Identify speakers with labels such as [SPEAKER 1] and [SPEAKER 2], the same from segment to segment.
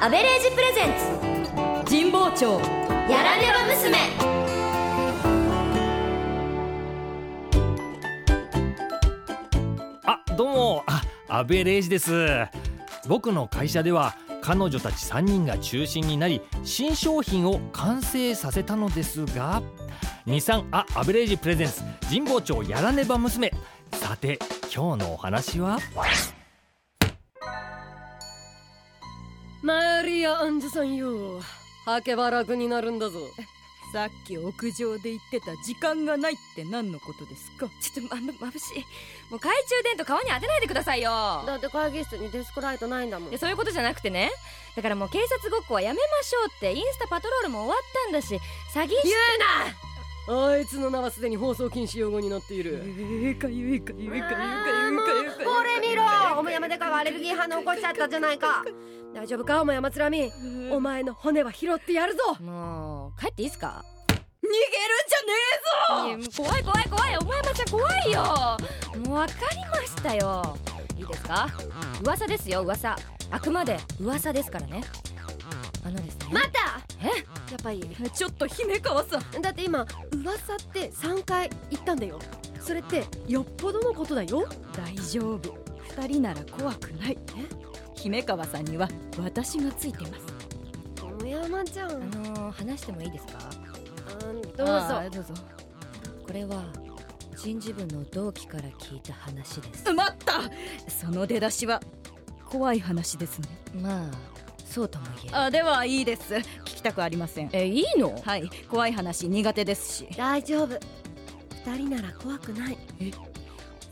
[SPEAKER 1] アベレージプレゼンツ神保町やらねば娘
[SPEAKER 2] あどうもあ安倍礼二です僕の会社では彼女たち3人が中心になり新商品を完成させたのですが23あアベレージプレゼンス神保町やらねば娘さて今日のお話は
[SPEAKER 3] マリア・アンジュさんよ履けば楽になるんだぞ
[SPEAKER 4] さっき屋上で言ってた時間がないって何のことですか
[SPEAKER 5] ちょっとまぶ眩しいもう懐中電灯顔に当てないでくださいよ
[SPEAKER 3] だって会議室にデスクライトないんだもん
[SPEAKER 5] いやそういうことじゃなくてねだからもう警察ごっこはやめましょうってインスタパトロールも終わったんだし詐欺師
[SPEAKER 3] あいつの名はすでに放送禁止用語になってい
[SPEAKER 4] え
[SPEAKER 3] る
[SPEAKER 4] ー、かゆいかゆいかゆいかゆいかゆいかゆい
[SPEAKER 1] これ見ろおもやまでかがアレルギー反応起こしちゃったじゃないか
[SPEAKER 3] 大丈夫かお前山つらみお前の骨は拾ってやるぞ
[SPEAKER 5] もう帰っていいっすか
[SPEAKER 4] 逃げるんじゃね
[SPEAKER 5] いやもう怖い怖い怖いお前まちゃん怖いよもう分かりましたよいいですか噂ですよ噂あくまで噂ですからねあのですね
[SPEAKER 1] また
[SPEAKER 5] え
[SPEAKER 1] やっぱり
[SPEAKER 4] えちょっと姫川さん
[SPEAKER 1] だって今噂って3回言ったんだよそれってよっぽどのことだよ
[SPEAKER 4] 大丈夫二人なら怖くない姫川さんには私がついてます
[SPEAKER 1] おもやまちゃん
[SPEAKER 5] あのー話してもいいですか
[SPEAKER 1] どう
[SPEAKER 5] あ
[SPEAKER 1] ぞ
[SPEAKER 5] ーどうぞこれは人事部の同期から聞いた話です
[SPEAKER 4] 待ったその出だしは怖い話ですね
[SPEAKER 5] まあそうとも言える
[SPEAKER 4] あではいいです聞きたくありません
[SPEAKER 5] えいいの
[SPEAKER 4] はい怖い話苦手ですし
[SPEAKER 1] 大丈夫二人なら怖くない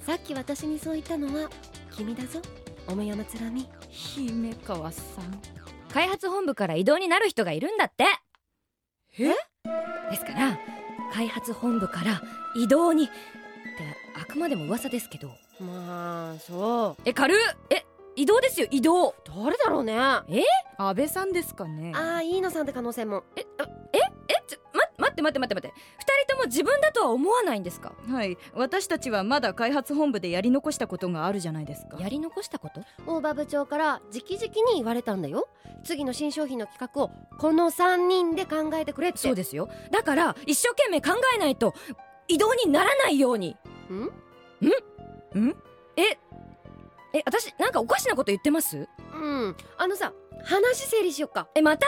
[SPEAKER 1] さっき私にそう言ったのは君だぞおもやまつらみ
[SPEAKER 4] 姫川さん
[SPEAKER 5] 開発本部から異動になる人がいるんだって
[SPEAKER 4] え
[SPEAKER 5] ですから開発本部から異動にってあくまでも噂ですけど
[SPEAKER 1] まあそ
[SPEAKER 5] え軽っえ移動ですよ移動
[SPEAKER 1] う誰だろうねあ
[SPEAKER 4] 安倍さんですかね
[SPEAKER 1] あ飯野さんって可能性も
[SPEAKER 5] えあええちょま待って待って待って待って二人とも自分だとは思わないんですか
[SPEAKER 4] はい私たちはまだ開発本部でやり残したことがあるじゃないですか
[SPEAKER 5] やり残したこと
[SPEAKER 1] 大場部長から直々に言われたんだよ次の新商品の企画をこの3人で考えてくれって
[SPEAKER 5] そうですよだから一生懸命考えないと移動にならないように
[SPEAKER 1] ん
[SPEAKER 4] うん
[SPEAKER 5] ええ私なんかおかしなこと言ってます
[SPEAKER 1] うんあのさ話整理しよっか
[SPEAKER 5] えまた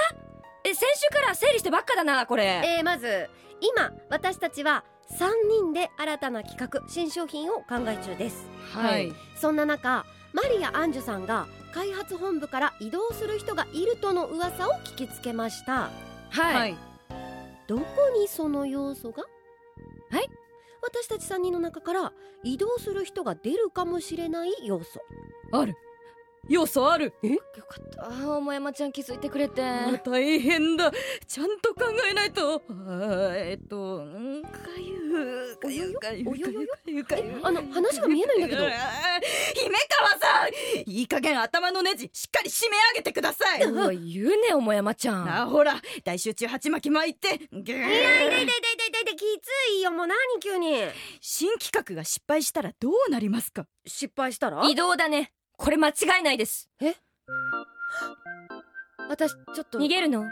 [SPEAKER 5] え先週から整理してばっかだなこれ
[SPEAKER 1] えー、まず今私たちは3人で新たな企画新商品を考え中です
[SPEAKER 4] はい
[SPEAKER 1] そんな中マリア・アンジュさんが開発本部から移動する人がいるとの噂を聞きつけました
[SPEAKER 5] はい、
[SPEAKER 4] はい
[SPEAKER 1] どこにその要素が
[SPEAKER 5] はい
[SPEAKER 1] 私たち3人の中から移動する人が出るかもしれない要素
[SPEAKER 4] ある要素あるえ
[SPEAKER 5] よかったあー桃山ちゃん気づいてくれて
[SPEAKER 4] 大変だちゃんと考えないとあーえっとうんかゆうかゆうかゆう
[SPEAKER 1] お
[SPEAKER 4] か
[SPEAKER 1] よよよ
[SPEAKER 4] ゆうかゆう
[SPEAKER 1] えあの話が見えないんだけ
[SPEAKER 4] あ
[SPEAKER 1] ど
[SPEAKER 4] ー姫川さんいい加減頭のネジしっかり締め上げてくださいう
[SPEAKER 5] わ言うね桃山ちゃん
[SPEAKER 4] あほら大集中鉢巻き巻いてぐー
[SPEAKER 1] 痛い痛い痛い痛い痛いきついよもう何急に
[SPEAKER 4] 新企画が失敗したらどうなりますか
[SPEAKER 1] 失敗したら
[SPEAKER 5] 移動だねこれ間違いないです
[SPEAKER 1] 私ちょっと
[SPEAKER 5] 逃げるの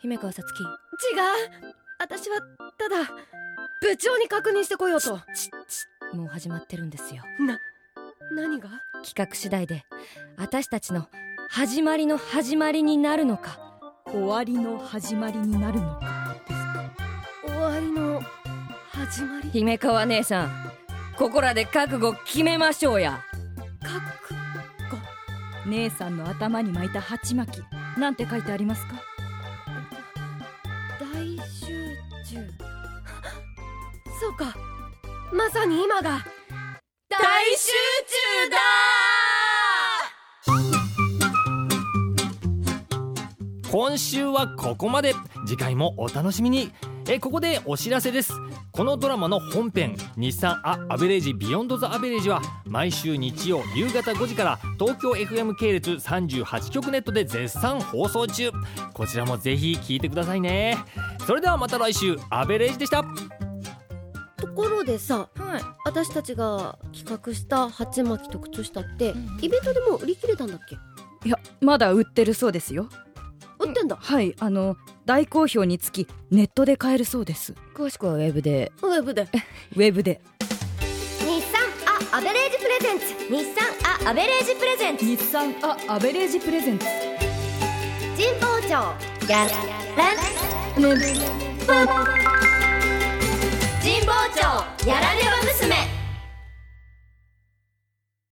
[SPEAKER 5] 姫川さつき
[SPEAKER 1] 違う私はただ部長に確認してこようと
[SPEAKER 5] もう始まってるんですよ
[SPEAKER 1] 何が
[SPEAKER 5] 企画次第で私たちの始まりの始まりになるのか
[SPEAKER 4] 終わりの始まりになるのか
[SPEAKER 1] 終わりの始まり
[SPEAKER 5] 姫川姉さんここらで覚悟決めましょうや
[SPEAKER 1] 覚悟
[SPEAKER 4] 姉さんの頭に巻いた鉢巻きなんて書いてありますか
[SPEAKER 1] 大集 中そうかまさに今が
[SPEAKER 5] 大集中だ
[SPEAKER 2] 今週はここまで次回もお楽しみにえここでお知らせですこのドラマの本編「日産ア・アベレージ・ビヨンド・ザ・アベレージ」は毎週日曜夕方5時から東京 FM 系列38局ネットで絶賛放送中こちらもぜひ聞いてくださいねそれではまた来週アベレージでした
[SPEAKER 1] ところでさ
[SPEAKER 5] はい
[SPEAKER 1] 私たちが企画した鉢巻きと靴下って
[SPEAKER 5] うん
[SPEAKER 1] イベントでもう売り切れたんだっけ
[SPEAKER 4] いやまだ売ってるそうですよ
[SPEAKER 1] 残ってんだ
[SPEAKER 4] はいあの大好評につきネットで買えるそうです
[SPEAKER 5] 詳しくはウェブで
[SPEAKER 1] ウェブで
[SPEAKER 4] ウェブで
[SPEAKER 6] 日産アアベレージプレゼンツ日産アアベレージプレゼンツ
[SPEAKER 4] 日産あアベレージプレゼンツ
[SPEAKER 6] 神保町ギャラン
[SPEAKER 4] ね
[SPEAKER 6] 神保町やらねば娘